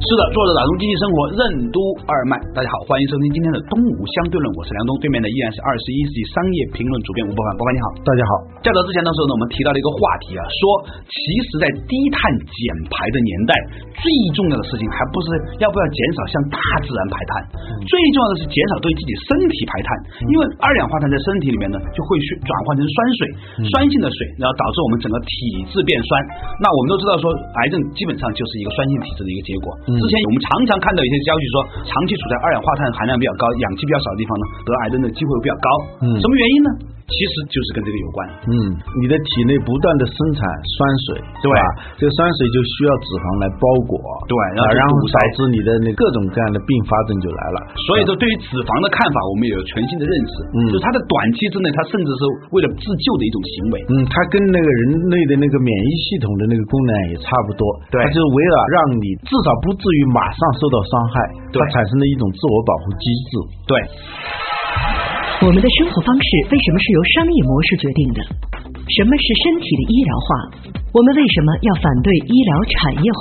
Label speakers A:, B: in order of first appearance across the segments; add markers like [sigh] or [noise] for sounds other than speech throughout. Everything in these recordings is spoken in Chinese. A: 是的，作者打通经济生活任督二脉。大家好，欢迎收听今天的东吴相对论，我是梁东，对面的依然是二十一世纪商业评论主编吴伯凡。伯凡你好，大家好。较早之前的时候呢，我们提到了一个话题啊，说其实，在低碳减排的年代，最重要的事情还不是要不要减少向大自然排碳，最重要的是减少对自己身体排碳，因为二氧化碳在身体里面呢就会去转化成酸水，酸性的水，然后导致我们整个体质变酸。那我们都知道说，癌症基本上就是一个酸性体质的一个结果。之前我们常常看到一些消息说，长期处在二氧化碳含量比较高、氧气比较少的地方呢，得癌症的机会会比较高。
B: 嗯
A: 什么原因呢？其实就是跟这个有关。
B: 嗯，你的体内不断的生产酸水，
A: 对
B: 吧？这个酸水就需要脂肪来包裹，
A: 对然后
B: 啊
A: 就
B: 然后
A: 堵塞
B: 导致你的那各种各样的并发症就来了。
A: 所以说，对于脂肪的看法，我们也有全新的认识。
B: 嗯
A: 就是它的短期之内，它甚至是为了自救的一种行为。
B: 嗯，它跟那个人类的那个免疫系统的那个功能也差不多，
A: 对
B: 它就是围绕让你至少不至于马上受到伤害，
A: 对
B: 它产生的一种自我保护机制。
A: 对，
C: 我们的生活方式为什么是由商业模式决定的？什么是身体的医疗化？我们为什么要反对医疗产业化？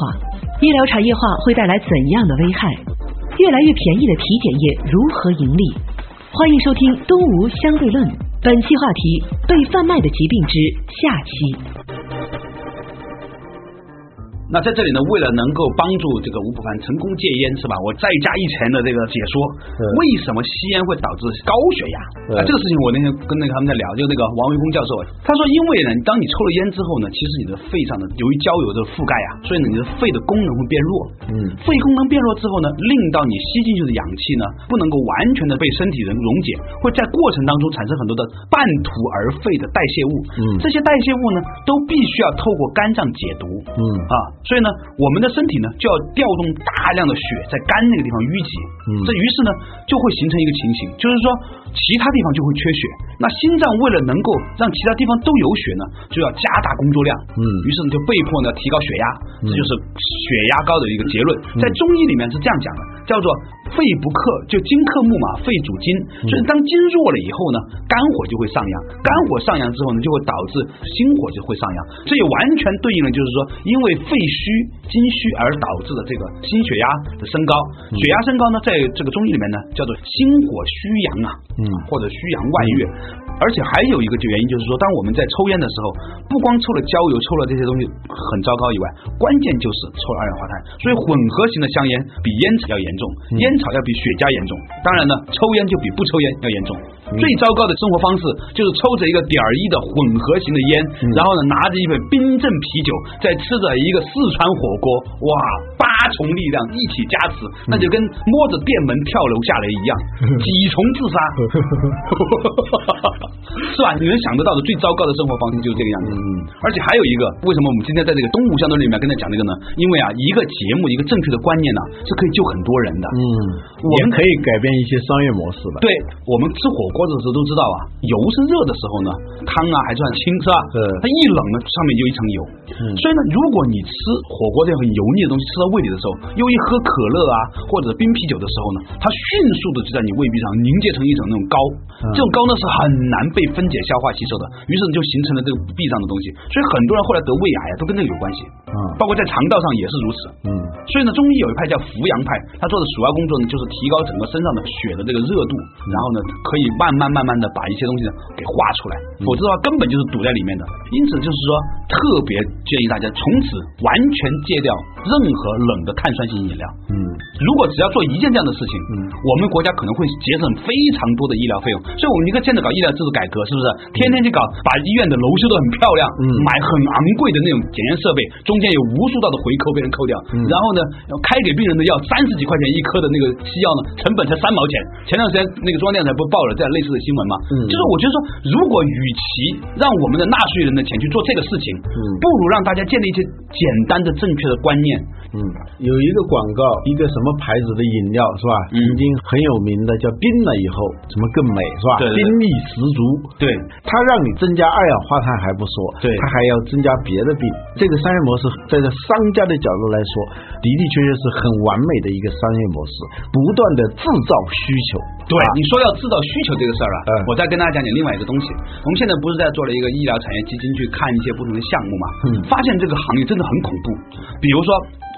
C: 医疗产业化会带来怎样的危害？越来越便宜的体检业如何盈利？欢迎收听《东吴相对论》，本期话题：被贩卖的疾病之下期。
A: 那在这里呢，为了能够帮助这个吴伯凡成功戒烟，是吧？我再加一层的这个解说，为什么吸烟会导致高血压？啊，
B: 嗯
A: 这个事情我那天跟那个他们在聊，就那个王维公教授，他说，因为呢，当你抽了烟之后呢，其实你的肺上呢，由于焦油的覆盖啊，所以呢，你的肺的功能会变弱。
B: 嗯
A: 肺功能变弱之后呢，令到你吸进去的氧气呢，不能够完全的被身体人溶解，会在过程当中产生很多的半途而废的代谢物。
B: 嗯
A: 这些代谢物呢，都必须要透过肝脏解毒。
B: 嗯
A: 啊，所以呢，我们的身体呢就要调动大量的血在肝那个地方淤积，
B: 嗯
A: 这于是呢就会形成一个情形，就是说其他地方就会缺血，那心脏为了能够让其他地方都有血呢，就要加大工作量，
B: 嗯
A: 于是呢就被迫呢提高血压，这就是血压高的一个结论，
B: 嗯
A: 在中医里面是这样讲的，叫做肺不克，就金克木嘛，肺主金，所以当金弱了以后呢，肝火就会上扬，肝火上扬之后呢，就会导致心火就会上扬，这也完全对应了就是说，因为肺虚金虚而导致的这个心血压的升高，血压升高呢，在这个中医里面呢叫做心火虚阳啊，
B: 嗯
A: 或者虚阳外越，而且还有一个原因就是说，当我们在抽烟的时候，不光抽了焦油，抽了这些东西很糟糕以外，关键就是抽了二氧化碳，所以混合型的香烟比烟草要严重，烟草要比雪茄严重。当然呢，抽烟就比不抽烟要严重。最糟糕的生活方式就是抽着一个点儿一的混合型的烟，然后呢拿着一杯冰镇啤酒，再吃着一个四川火锅，哇，八重力量一起加持，那就跟摸着电门跳楼下来一样，几重自杀。是吧？你能想得到的最糟糕的生活方式就是这个样子。嗯，而且还有一个，为什么我们今天在这个东吴相对论里面跟他讲这个呢？因为啊，一个节目，一个正确的观念呢、是可以救很多人的。
B: 嗯，
A: 我
B: 也
A: 们
B: 可以改变一些商业模式吧。
A: 对我们吃火锅的时候都知道啊，油是热的时候呢，汤啊还算清是吧？
B: 嗯
A: 它一冷呢，上面就一层油。所以呢，如果你吃火锅这样很油腻的东西吃到胃里的时候，又一喝可乐啊或者冰啤酒的时候呢，它迅速的就在你胃壁上凝结成一种那种膏，
B: 嗯
A: 这种膏呢是很难被分解、消化、吸收的，于是你就形成了这个壁上的东西。所以很多人后来得胃癌啊，都跟这个有关系，
B: 嗯
A: 包括在肠道上也是如此。
B: 嗯
A: 所以呢，中医有一派叫扶阳派，他做的主要工作呢，就是提高整个身上的血的这个热度，然后呢，可以慢慢慢慢的把一些东西呢给化出来，否则的话根本就是堵在里面的。因此就是说，特别建议大家从此完全戒掉任何冷的碳酸性饮料。
B: 嗯，
A: 如果只要做一件这样的事情，我们国家可能会节省非常多的医疗费用。所以，我们一个现在搞医疗制度改革，是不是天天去搞，把医院的楼修得很漂亮，
B: 嗯
A: 买很昂贵的那种检验设备，中中间有无数道的回扣被人扣掉，然后呢，开给病人的药三十几块钱一颗的那个西药呢，成本才三毛钱。前段时间那个中央电视台不报了这样类似的新闻吗？就是我觉得说，如果与其让我们的纳税人的钱去做这个事情，不如让大家建立一些简单的正确的观念。
B: 嗯，有一个广告，一个什么牌子的饮料是吧？
A: 嗯
B: 曾经很有名的叫冰了以后，什么更美是吧？
A: 对对对
B: 冰力十足，
A: 对，
B: 它让你增加二氧化碳还不说，
A: 对
B: 它还要增加别的病。这个商业模式，在这商家的角度来说，的的确确是很完美的一个商业模式，不断的制造需求。
A: 对
B: 啊，
A: 你说要制造需求这个事儿啊
B: 嗯，
A: 我再跟大家讲点另外一个东西。我们现在不是在做了一个医疗产业基金去看一些不同的项目嘛？
B: 嗯
A: 发现这个行业真的很恐怖。比如说，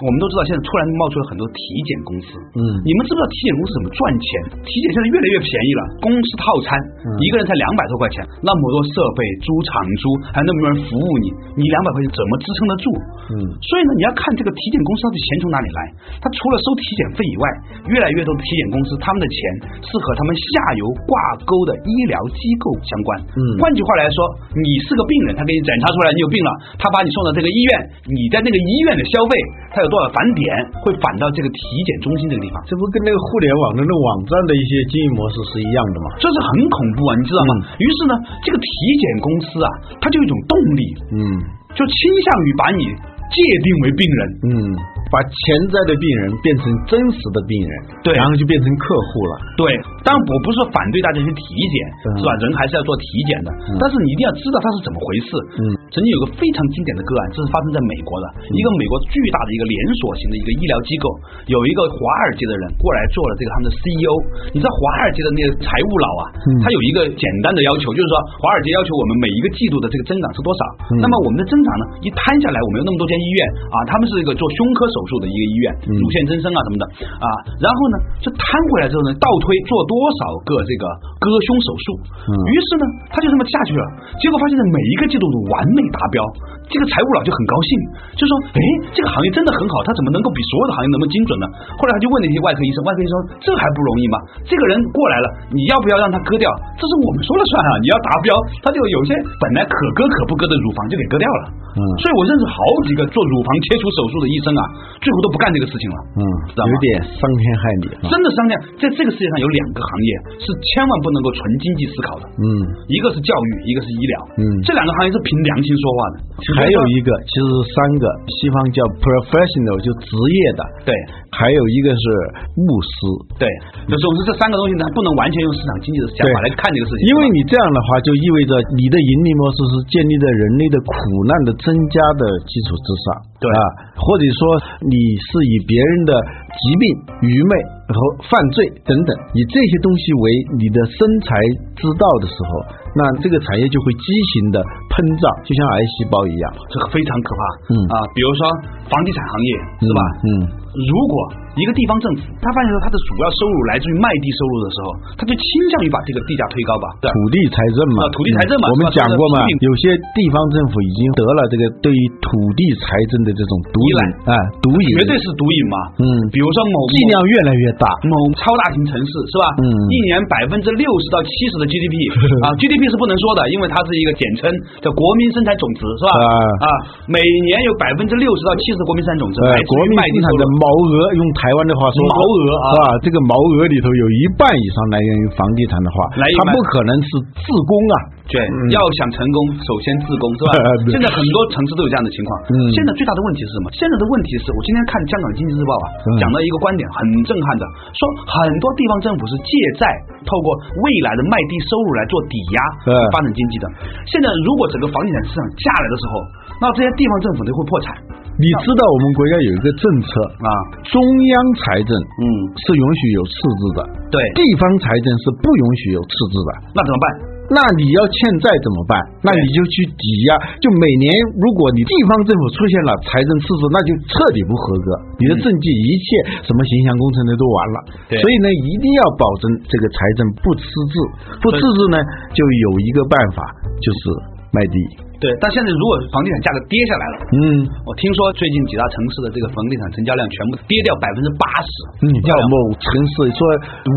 A: 我们都知道现在突然冒出了很多体检公司。
B: 嗯
A: 你们知不知道体检公司怎么赚钱？体检现在越来越便宜了，公司套餐
B: 嗯
A: 一个人才两百多块钱，那么多设备、租场租，还有那么多人服务你，你两百块钱怎么支撑得住？
B: 嗯
A: 所以呢，你要看这个体检公司到底钱从哪里来。它除了收体检费以外，越来越多的体检公司他们的钱是和他们下游挂钩的医疗机构相关。
B: 嗯
A: 换句话来说，你是个病人，他给你检查出来你有病了，他把你送到这个医院，你在那个医院的消费，他有多少返点会返到这个体检中心这个地方。
B: 这不跟那个互联网的那网站的一些经营模式是一样的吗？
A: 这是很恐怖啊，你知道吗？于是呢，这个体检公司啊，它就有一种动力，
B: 嗯
A: 就倾向于把你界定为病人，
B: 嗯，把潜在的病人变成真实的病人，
A: 对
B: 然后就变成客户了。
A: 对，当然我不是说反对大家去体检，是吧？人还是要做体检的，但是你一定要知道它是怎么回事。
B: 嗯
A: 曾经有个非常经典的个案，这是发生在美国的一个美国巨大的一个连锁型的一个医疗机构，有一个华尔街的人过来做了这个他们的 CEO。你知道华尔街的那个财务佬啊，他有一个简单的要求，就是说华尔街要求我们每一个季度的这个增长是多少，那么我们的增长呢，一摊下来，我们有那么多间医院啊，他们是一个做胸科手术的一个医院，乳腺增生啊什么的啊，然后呢，就摊回来之后呢，倒推做多少个这个割胸手术，
B: 嗯
A: 于是呢，他就这么下去了，结果发现呢，每一个季度都完美达标，这个财务佬就很高兴，就说，哎，这个行业真的很好，他怎么能够比所有的行业那么精准呢？后来他就问了一些外科医生，外科医生说，这还不容易吗？这个人过来了，你要不要让他割掉？这是我们说了算啊，你要达标，他就有些本来可割可不割的乳房就给割掉了。
B: 嗯
A: 所以我认识好几个做乳房切除手术的医生啊，最后都不干这个事情了。
B: 嗯，
A: 知道吗
B: 有点伤天害理啊。
A: 真的商量，在这个世界上有两个行业是千万不能够纯经济思考的，
B: 嗯，
A: 一个是教育，一个是医疗。
B: 嗯
A: 这两个行业是凭良心说话的。
B: 还有一个其实是三个，西方叫 professional 就职业的，
A: 对
B: 还有一个是牧师，
A: 对，就总之这三个东西呢，不能完全用市场经济的想法
B: 嗯对
A: 来看这个事情，
B: 因为你这样的话就意味着你的盈利模式是建立在人类的苦难的增加的基础之上，
A: 对
B: 啊，或者说你是以别人的疾病、愚昧和犯罪等等，以这些东西为你的生财之道的时候，那这个产业就会畸形的膨胀，就像癌细胞一样，
A: 这个非常可怕。
B: 嗯
A: 啊，比如说房地产行业是吧？
B: 嗯
A: 如果一个地方政府他发现说他的主要收入来自于卖地收入的时候，他就倾向于把这个地价推高吧，对吧
B: 土地财政
A: 啊，
B: 嘛嗯
A: 土地财政嘛
B: 我们
A: 是吧
B: 讲过嘛
A: 这个批评，
B: 有些地方政府已经得了这个对于土地财政的这种毒
A: 依
B: 瘾
A: 赖
B: 啊，毒瘾，
A: 绝对是毒瘾嘛。
B: 嗯
A: 比如说某
B: 剂量越来越大，
A: 某超大型城市是吧？
B: 嗯
A: 一年百分之六十到七十的
B: [laughs]
A: GDP 啊，GDP 是不能说的，因为它是一个简称，叫国民生产总值是吧？
B: 啊
A: 啊，每年有百分之六十到七十国民生产总值
B: 呃
A: 来，自
B: 国
A: 于
B: 民
A: 卖地
B: 生产
A: 收
B: 的
A: 入。
B: 毛额，用台湾的话说，
A: 毛额啊
B: 是吧？这个毛额里头有一半以上来源于房地产的话，
A: 来源于
B: 它不可能是自供啊，？
A: 对，要想成功，首先自宫是吧
B: [laughs] 对
A: 现在很多城市都有这样的情况。
B: 嗯
A: 现在最大的问题是什么？现在的问题是我今天看《香港经济日报》啊，
B: 嗯
A: 讲到一个观点，很震撼的，说很多地方政府是借债，透过未来的卖地收入来做抵押
B: 嗯
A: 发展经济的。现在如果整个房地产市场下来的时候，那这些地方政府都会破产
B: 你知道我们国家有一个政策，
A: 啊。
B: 中央财政
A: 嗯，
B: 是允许有赤字的，
A: 对，
B: 地方财政是不允许有赤字的。
A: 那怎么办？
B: 那你要欠债怎么办？那你就去抵押。就每年，如果你地方政府出现了财政赤字，那就彻底不合格。你的政绩一切什么形象工程的都完了。
A: 对
B: 所以呢，一定要保证这个财政不赤字。不赤字呢，就有一个办法，就是卖地。
A: 对，但现在如果房地产价格跌下来了，
B: 嗯，
A: 我听说最近几大城市的这个房地产成交量全部跌掉百分之八十。
B: 你到某城市说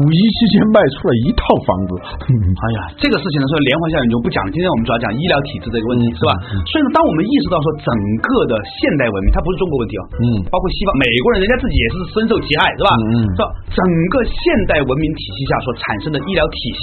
B: 五一期间卖出了一套房子，
A: 哎呀，这个事情呢，所以连环效应就不讲了。今天我们主要讲医疗体制这个问题，
B: 嗯
A: 是吧？所以呢，当我们意识到说整个的现代文明，它不是中国问题哦，
B: 嗯
A: 包括西方美国人，人家自己也是深受其害，是吧？
B: 嗯嗯
A: 是吧？整个现代文明体系下所产生的医疗体系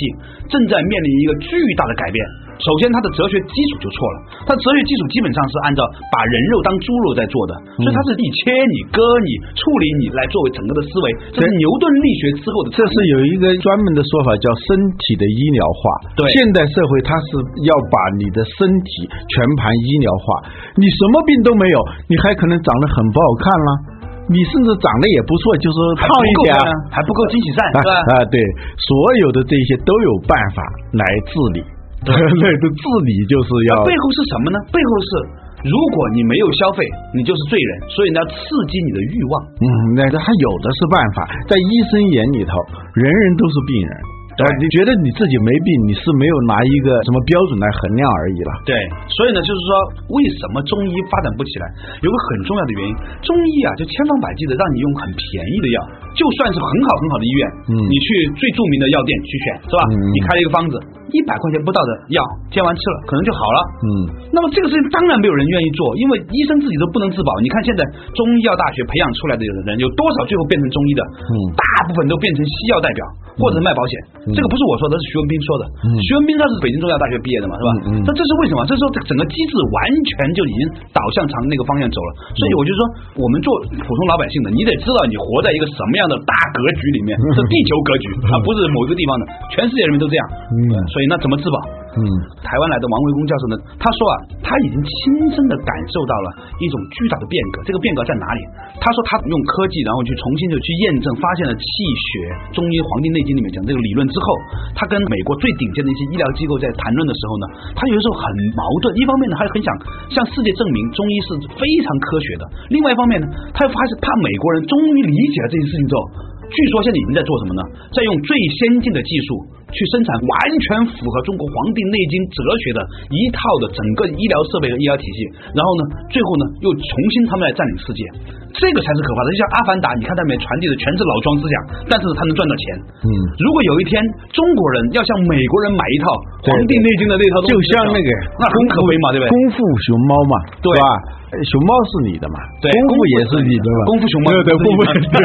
A: 正在面临一个巨大的改变。首先，它的哲学基础就错了，它哲学基础基本上是按照把人肉当猪肉在做的，
B: 嗯
A: 所以它是以切你、割你、处理你来作为整个的思维，这是牛顿力学之后的产
B: 这
A: 物。
B: 是有一个专门的说法叫身体的医疗化。
A: 对
B: 现代社会它是要把你的身体全盘医疗化，你什么病都没有，你还可能长得很不好看啦、你甚至长得也不错，就是胖
A: 还不
B: 一
A: 够 [laughs]
B: 点啊
A: 漂亮还不够精气神，
B: 啊
A: 是吧？
B: [laughs] 啊，对，所有的这些都有办法来治理。 [laughs] 对，的治理就是要
A: 背后是什么呢？背后是，如果你没有消费，你就是罪人，所以你要刺激你的欲望。
B: 嗯，那个他有的是办法，在医生眼里头，人人都是病人。
A: 对
B: 呃你觉得你自己没病，你是没有拿一个什么标准来衡量而已了。
A: 对，所以呢，就是说，为什么中医发展不起来，有个很重要的原因，中医啊，就千方百计的让你用很便宜的药，就算是很好很好的医院，
B: 嗯
A: 你去最著名的药店去选，是吧？
B: 嗯
A: 你开了一个方子，一百块钱不到的药，煎完吃了可能就好了。
B: 嗯，
A: 那么这个事情当然没有人愿意做，因为医生自己都不能自保。你看现在中医药大学培养出来的人，有多少最后变成中医的？
B: 嗯
A: 大部分都变成西药代表或者是卖保险。这个不是我说的，是徐文斌说的。徐文斌他是北京中医药大学毕业的嘛，是吧？
B: 嗯嗯
A: 那这是为什么？这时候这个整个机制完全就已经导向朝那个方向走了。
B: 嗯
A: 所以我就说，我们做普通老百姓的，你得知道你活在一个什么样的大格局里面，
B: 嗯
A: 是地球格局啊，不是某一个地方的，全世界人民都这样。
B: 嗯
A: 所以那怎么自保？
B: 嗯，
A: 台湾来的王维公教授呢，他说啊，他已经亲身的感受到了一种巨大的变革。这个变革在哪里？他说他用科技，然后去重新的去验证，发现了气血。中医《黄帝内经》里面讲这个理论之后，他跟美国最顶尖的一些医疗机构在谈论的时候呢，他有的时候很矛盾。一方面呢，还很想向世界证明中医是非常科学的；另外一方面呢，他又发现怕美国人终于理解了这件事情之后。据说现在已经在做什么呢？在用最先进的技术去生产完全符合中国《黄帝内经》哲学的一套的整个医疗设备和医疗体系，然后呢，最后呢又重新他们来占领世界，这个才是可怕的。就像《阿凡达》，你看它里面传递的全是老庄思想，但是他能赚到钱。
B: 嗯
A: 如果有一天中国人要向美国人买一套《黄帝内经》的那套东西
B: 就
A: 的时候，
B: 像那个
A: 那很可悲嘛，对不对
B: 功？夫熊猫嘛，
A: 对
B: 吧？呃熊猫是你的嘛，
A: 对
B: 功夫也是你的嘛，
A: 功夫熊猫，
B: 对对，功夫 [laughs]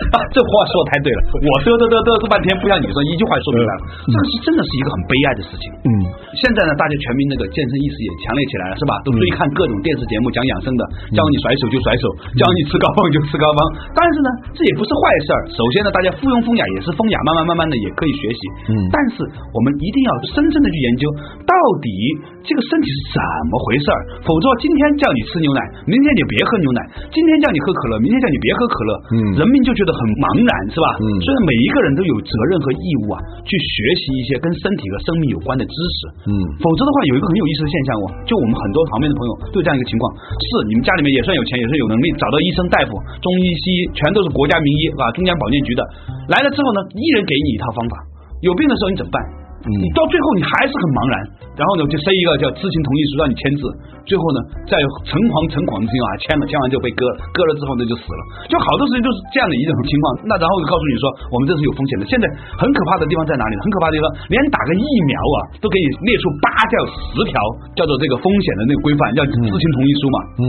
A: [laughs] 这话说太对了，我嘚嘚嘚嘚这半天不像你说，一句话说明白了，这是真的是一个很悲哀的事情。
B: 嗯，
A: 现在呢，大家全民那个健身意识也强烈起来了，是吧？
B: 嗯
A: 都追看各种电视节目讲养生的，教你甩手就甩手，
B: 嗯
A: 教你吃高方就吃高方。但是呢，这也不是坏事儿。首先呢，大家附庸风雅也是风雅，慢慢慢慢的也可以学习。
B: 嗯
A: 但是我们一定要深深的去研究，到底这个身体是怎么回事儿。否则今天叫你吃牛奶，明天你别喝牛奶；今天叫你喝可乐，明天叫你别喝可乐。
B: 嗯
A: 人民就觉得很茫然，是吧？
B: 嗯
A: 所以每一个人都有责任和义务啊，去学习一些跟身体和生命有关的知识。
B: 嗯
A: 否则的话，有一个很有意思的现象哦，就我们很多旁边的朋友都有这样一个情况：是你们家里面也算有钱，也算有能力，找到医生、大夫、中医、西医，全都是国家名医啊，中央保健局的。来了之后呢，一人给你一套方法，有病的时候你怎么办？你到最后你还是很茫然，然后呢就塞一个叫知情同意书让你签字，最后呢再诚惶诚恐的情况下签了，签完就被割了，割了之后呢就死了，就好多事情都是这样的一种情况。那然后就告诉你说我们这是有风险的。现在很可怕的地方在哪里呢？很可怕的地方，连打个疫苗啊都给你列出八叫十条叫做这个风险的那个规范，叫知情同意书嘛。
B: 嗯，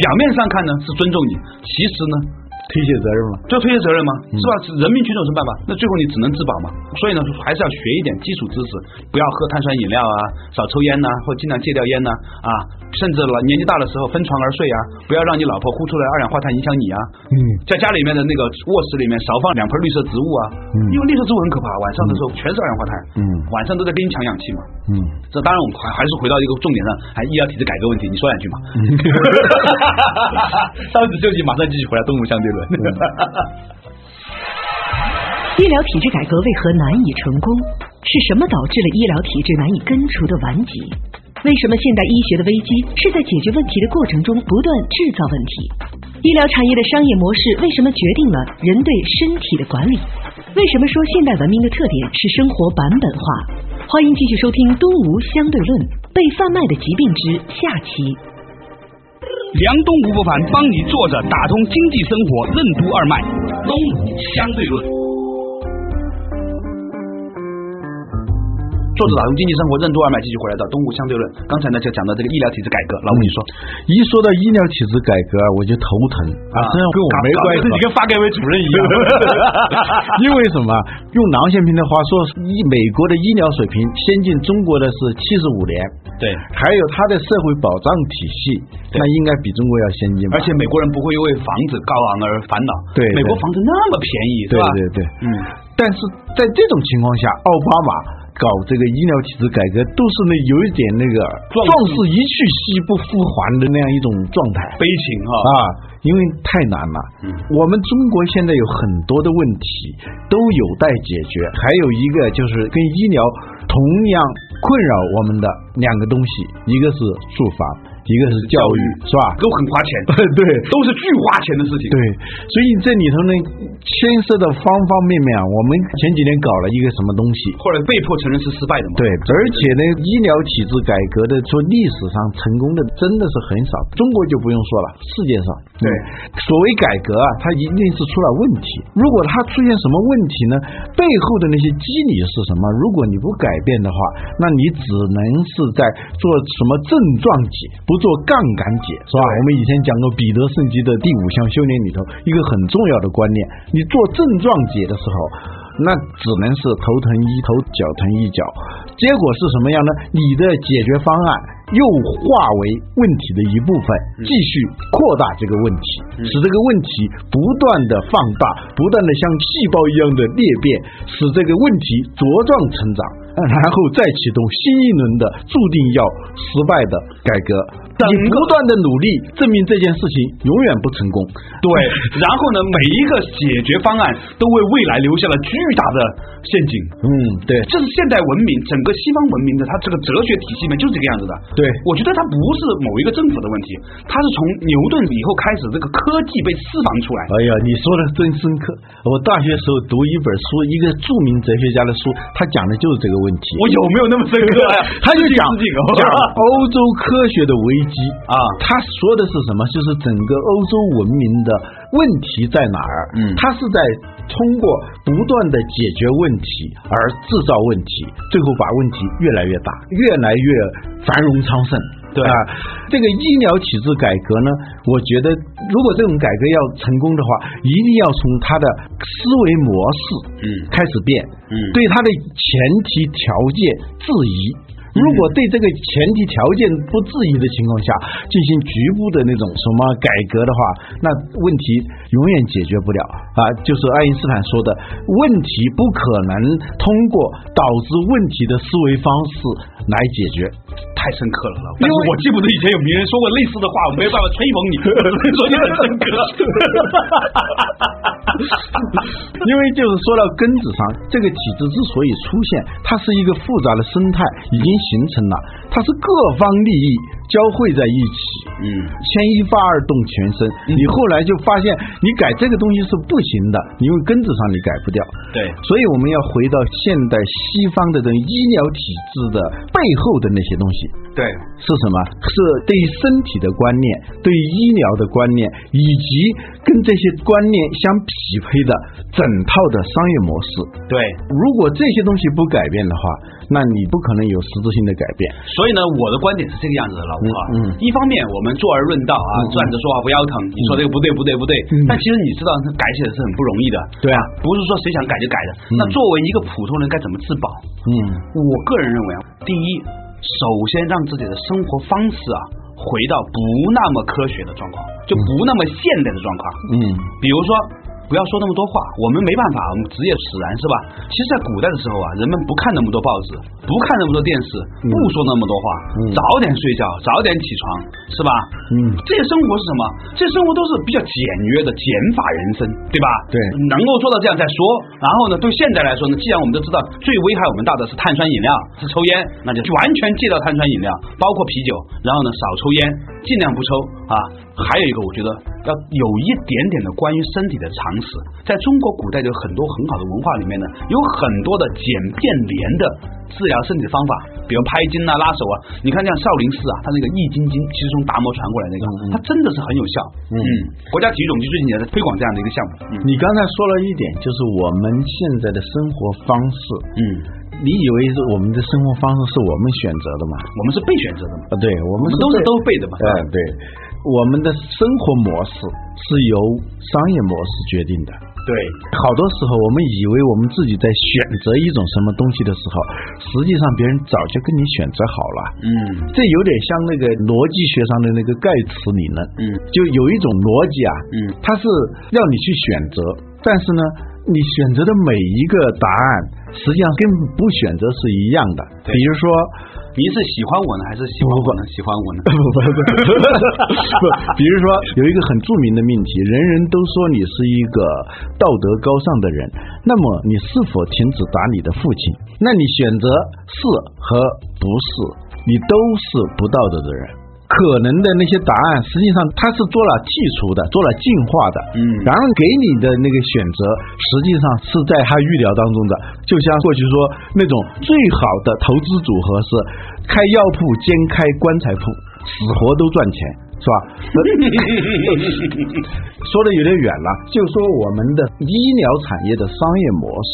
A: 表面上看呢是尊重你，其实呢
B: 推卸责任嘛，
A: 这推卸责任吗？
B: 嗯
A: 是吧？人民群众有什么办法？那最后你只能自保嘛。所以呢，还是要学一点基础知识，不要喝碳酸饮料啊，少抽烟呐、或尽量戒掉烟呐啊甚至了年纪大的时候分床而睡啊，不要让你老婆呼出来二氧化碳影响你啊。
B: 嗯，
A: 在家里面的那个卧室里面少放两盆绿色植物啊，因为绿色植物很可怕，晚上的时候全是二氧化碳，
B: 嗯
A: 晚上都在给你抢氧气嘛。
B: 嗯，
A: 这当然，我们还还是回到一个重点上，还医疗体制改革问题，你说两句嘛。
B: 嗯
A: [laughs] 稍事休息，马上继续回来东吴相对论。
B: 嗯
C: 医疗体制改革为何难以成功？是什么导致了医疗体制难以根除的顽疾？为什么现代医学的危机是在解决问题的过程中不断制造问题？医疗产业的商业模式为什么决定了人对身体的管理？为什么说现代文明的特点是生活版本化？欢迎继续收听《东吴相对论：被贩卖的疾病之下期》。
D: 梁东吴不凡帮你坐着打通经济生活任督二脉，东吴相对论。
A: 作者打通经济生活任督二脉，继续回来到东吴相对论。刚才呢就讲到这个医疗体制改革，老吴你说
B: 一说到医疗体制改革啊，我就头疼啊，虽然跟我没关系
A: 搞得自己，跟发改委主任一样。
B: [laughs] 因为什么？用郎咸平的话说，医美国的医疗水平先进中国的是七十五年，
A: 对，
B: 还有它的社会保障体系，那应该比中国要先进
A: 而？
B: 吧
A: 且美国人不会因为房子高昂而烦恼。
B: 对
A: 美国房
B: 对
A: 子那么便宜，是
B: 对
A: 吧？
B: 对对，
A: 嗯，
B: 但是在这种情况下，奥巴马搞这个医疗体制改革，都是那有一点那个壮士一去兮不复还的那样一种状态
A: 悲情哈、
B: 啊，嗯因为太难了。我们中国现在有很多的问题都有待解决，还有一个就是跟医疗同样困扰我们的两个东西，一个是住房，一个是教育，是吧？
A: 都很花钱，
B: [laughs] 对，
A: 都是巨花钱的事情。
B: 对，所以这里头呢，牵涉到方方面面啊。我们前几年搞了一个什么东西，
A: 后来被迫承认是失败的嘛？
B: 对，而且呢，医疗体制改革的说历史上成功的真的是很少，中国就不用说了，世界上
A: 对
B: 所谓改革啊，它一定是出了问题。如果它出现什么问题呢？背后的那些机理是什么？如果你不改变的话，那你只能是在做什么症状解，不做杠杆解，是吧？我们以前讲过彼得圣吉的第五项修炼里头一个很重要的观念，你做症状解的时候。那只能是头疼一头，脚疼一脚。结果是什么样呢？你的解决方案又化为问题的一部分，继续扩大这个问题，使这个问题不断的放大，不断的像细胞一样的裂变，使这个问题茁壮成长，然后再启动新一轮的注定要失败的改革。你不断的努力，证明这件事情永远不成功。
A: [laughs] 对，然后呢，每一个解决方案都为未来留下了巨大的陷阱。
B: 嗯，对，
A: 这是现代文明，整个西方文明的它这个哲学体系里面就是这个样子的。
B: 对
A: 我觉得它不是某一个政府的问题，它是从牛顿以后开始，这个科技被释放出来。
B: 哎呀，你说的真深刻！我大学时候读一本书，一个著名哲学家的书，他讲的就是这个问题。
A: 我有没有那么深刻 [laughs] 呀、
B: 他 [laughs] 就讲
A: 自己哦
B: 讲欧洲科学的危机
A: [laughs] 啊
B: 他说的是什么？就是整个欧洲文明的问题在哪儿？
A: 嗯
B: 他是在通过不断的解决问题而制造问题，最后把问题越来越大，越来越繁荣昌盛。
A: 对
B: 啊，这个医疗体制改革呢，我觉得如果这种改革要成功的话，一定要从它的思维模式
A: 嗯
B: 开始变，
A: 嗯
B: 对它的前提条件质疑。如果对这个前提条件不质疑的情况下进行局部的那种什么改革的话，那问题永远解决不了啊！就是爱因斯坦说的，问题不可能通过导致问题的思维方式来解决。
A: 太深刻了，老但是我记不得以前有名人说过类似的话，我没有办法吹捧你， [laughs] 所以很深 [laughs] 刻。
B: 因为就是说到根子上，这个体制之所以出现，它是一个复杂的生态已经形成了，它是各方利益交汇在一起，
A: 嗯，
B: 牵一发而动全身。你后来就发现，你改这个东西是不行的，因为根子上你改不掉。
A: 对
B: 所以我们要回到现代西方的这种医疗体制的背后的那些东西，
A: 对，
B: 是什么？是对于身体的观念，对于医疗的观念，以及跟这些观念相匹配的整套的商业模式。
A: 对，
B: 如果这些东西不改变的话，那你不可能有实质性的改变。
A: 所以呢，我的观点是这个样子的，老吴啊，
B: 嗯嗯嗯
A: 一方面我们坐而论道啊，站着说话不腰疼，你说这个不对不对不对，但其实你知道改起来是很不容易的，
B: 对啊
A: 不是说谁想改就改的。那作为一个普通人该怎么自保？
B: 嗯，
A: 我个人认为啊，第一，首先让自己的生活方式啊回到不那么科学的状况，就不那么现代的状况，
B: 嗯，
A: 比如说，不要说那么多话，我们没办法，我们职业使然是吧？其实，在古代的时候啊，人们不看那么多报纸，不看那么多电视，
B: 嗯
A: 不说那么多话，早点睡觉，早点起床，是吧？
B: 嗯
A: 这些生活是什么？这些生活都是比较简约的减法人生，对吧？
B: 对
A: 能够做到这样再说。然后呢，对现在来说呢，既然我们都知道最危害我们大的是碳酸饮料，是抽烟，那就完全戒掉碳酸饮料，包括啤酒，然后呢少抽烟，尽量不抽啊。还有一个，我觉得要有一点点的关于身体的常词。在中国古代有很多很好的文化里面呢，有很多的简便廉的治疗身体的方法，比如拍筋啊、拉手啊。你看像少林寺啊，它那个易筋经其实从达摩传过来那个，它真的是很有效。嗯，国家体育总局最近也在推广这样的一个项目。嗯
B: 你刚才说了一点，就是我们现在的生活方式，
A: 嗯，
B: 你以为是我们的生活方式是我们选择的吗？
A: 我们是被选择的嘛，
B: 啊，对，我
A: 我们
B: 们
A: 都是
B: 被
A: 都被的嘛。
B: 哎、对，我们的生活模式是由商业模式决定的。
A: 对，
B: 好多时候，我们以为我们自己在选择一种什么东西的时候，实际上别人早就跟你选择好了。
A: 嗯
B: 这有点像那个逻辑学上的那个盖茨理论，
A: 嗯
B: 就有一种逻辑啊，
A: 嗯
B: 它是让你去选择，但是呢，你选择的每一个答案，实际上跟不选择是一样的。
A: 对
B: 比如说，
A: 你是喜欢我呢，还是喜欢我呢？喜欢 [laughs] 我呢？
B: 不不不，不，比如说有一个很著名的命题，人人都说你是一个道德高尚的人，那么你是否停止打你的父亲？那你选择是和不是，你都是不道德的人。可能的那些答案，实际上它是做了剔除的，做了进化的。
A: 嗯
B: 然后给你的那个选择，实际上是在他预料当中的。就像过去说那种最好的投资组合是开药铺兼开棺材铺，死活都赚钱，是吧？那说的有点远了，就说我们的医疗产业的商业模式，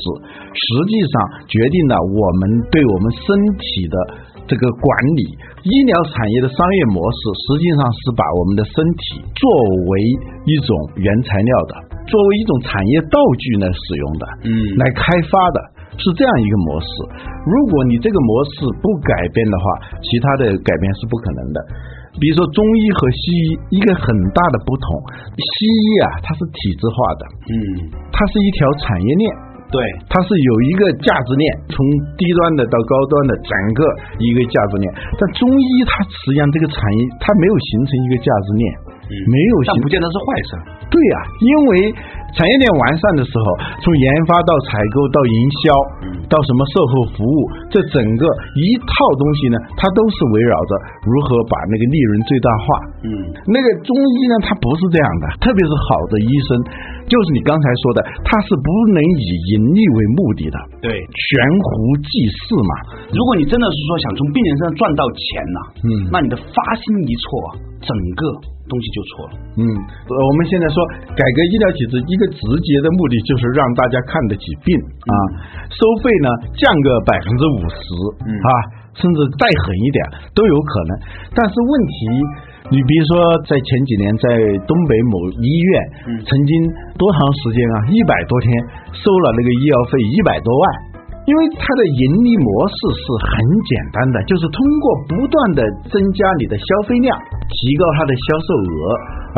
B: 实际上决定了我们对我们身体的。这个管理医疗产业的商业模式，实际上是把我们的身体作为一种原材料的，作为一种产业道具来使用的。
A: 嗯
B: 来开发的，是这样一个模式。如果你这个模式不改变的话，其他的改变是不可能的。比如说中医和西医一个很大的不同，西医啊它是体制化的，
A: 嗯，
B: 它是一条产业链，
A: 对，
B: 它是有一个价值链，从低端的到高端的整个一个价值链。但中医它实际上这个产业它没有形成一个价值链，没有
A: 嗯但
B: 形
A: 不见得是坏事。
B: 对呀、因为产业链完善的时候，从研发到采购到营销，到什么售后服务，这整个一套东西呢，它都是围绕着如何把那个利润最大化。
A: 嗯
B: 那个中医呢，它不是这样的，特别是好的医生，就是你刚才说的，他是不能以盈利为目的的，
A: 对，
B: 悬壶济世嘛。
A: 如果你真的是说想从病人身上赚到钱呐、
B: 嗯
A: 那你的发心一错啊，整个东西就错了。
B: 嗯，呃我们现在说改革医疗体制，一个直接的目的就是让大家看得起病啊，收费呢降个百分之五十啊，甚至再狠一点都有可能。但是问题，你比如说在前几年在东北某医院，曾经多长时间啊，一百多天收了那个医疗费一百多万。因为它的盈利模式是很简单的，就是通过不断的增加你的消费量，提高它的销售额，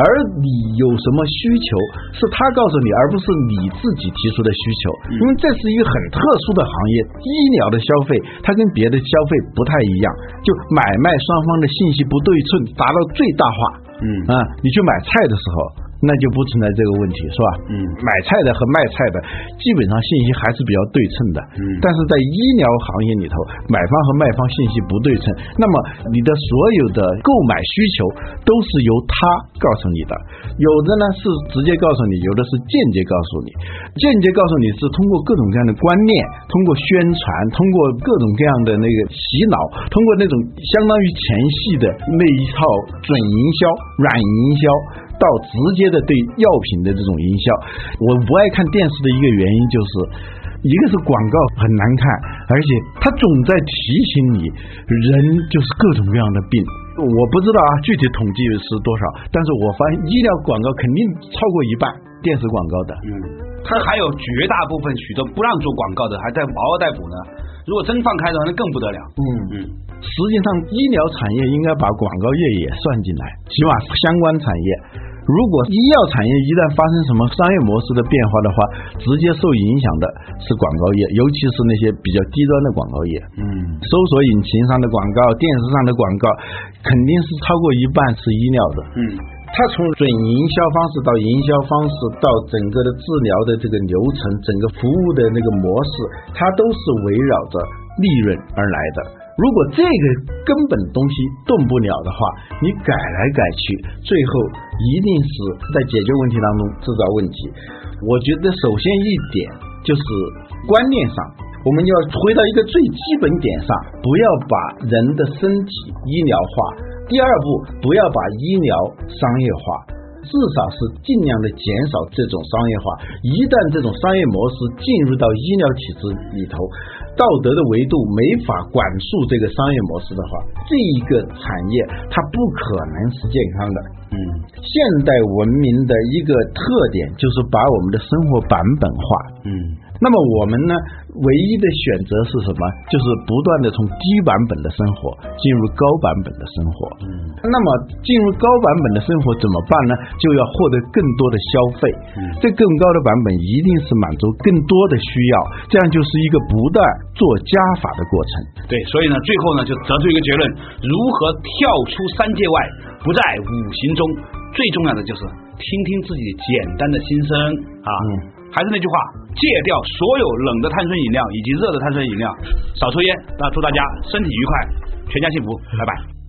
B: 而你有什么需求是他告诉你，而不是你自己提出的需求。因为这是一个很特殊的行业，医疗的消费它跟别的消费不太一样，就买卖双方的信息不对称，达到最大化。
A: 嗯
B: 啊，你去买菜的时候。那就不存在这个问题，是吧？
A: 嗯
B: 买菜的和卖菜的基本上信息还是比较对称的。
A: 嗯
B: 但是在医疗行业里头，买方和卖方信息不对称，那么你的所有的购买需求都是由他告诉你的，有的呢是直接告诉你，有的是间接告诉你。间接告诉你是通过各种各样的观念，通过宣传，通过各种各样的那个洗脑，通过那种相当于前戏的那一套准营销、软营销。到直接的对药品的这种营销，我不爱看电视的一个原因就是，一个是广告很难看，而且它总在提醒你，人就是各种各样的病。我不知道啊，具体统计是多少，但是我发现医疗广告肯定超过一半电视广告的。
A: 嗯，它还有绝大部分许多不让做广告的，还在嗷嗷待哺呢。如果真放开的话，那更不得了。
B: 嗯
A: 嗯，
B: 实际上，医疗产业应该把广告业也算进来，起码相关产业。如果医药产业一旦发生什么商业模式的变化的话，直接受影响的是广告业，尤其是那些比较低端的广告业。
A: 嗯，
B: 搜索引擎上的广告、电视上的广告，肯定是超过一半是医疗的。
A: 嗯，
B: 它从准营销方式到营销方式到整个的治疗的这个流程，整个服务的那个模式，它都是围绕着利润而来的。如果这个根本东西动不了的话，你改来改去，最后一定是在解决问题当中制造问题。我觉得首先一点就是观念上，我们要回到一个最基本点上，不要把人的身体医疗化；第二步，不要把医疗商业化。至少是尽量的减少这种商业化。一旦这种商业模式进入到医疗体制里头，道德的维度没法管束这个商业模式的话，这一个产业它不可能是健康的。嗯，现代文明的一个特点就是把我们的生活版本化。嗯。那么我们呢，唯一的选择是什么？就是不断的从低版本的生活进入高版本的生活。那么进入高版本的生活怎么办呢？就要获得更多的消费。这更高的版本一定是满足更多的需要，这样就是一个不断做加法的过程。
A: 对，所以呢，最后呢，就得出一个结论：如何跳出三界外，不在五行中。最重要的就是听听自己简单的心声啊！还是那句话，戒掉所有冷的碳酸饮料以及热的碳酸饮料，少抽烟。那祝大家身体愉快，全家幸福，拜拜。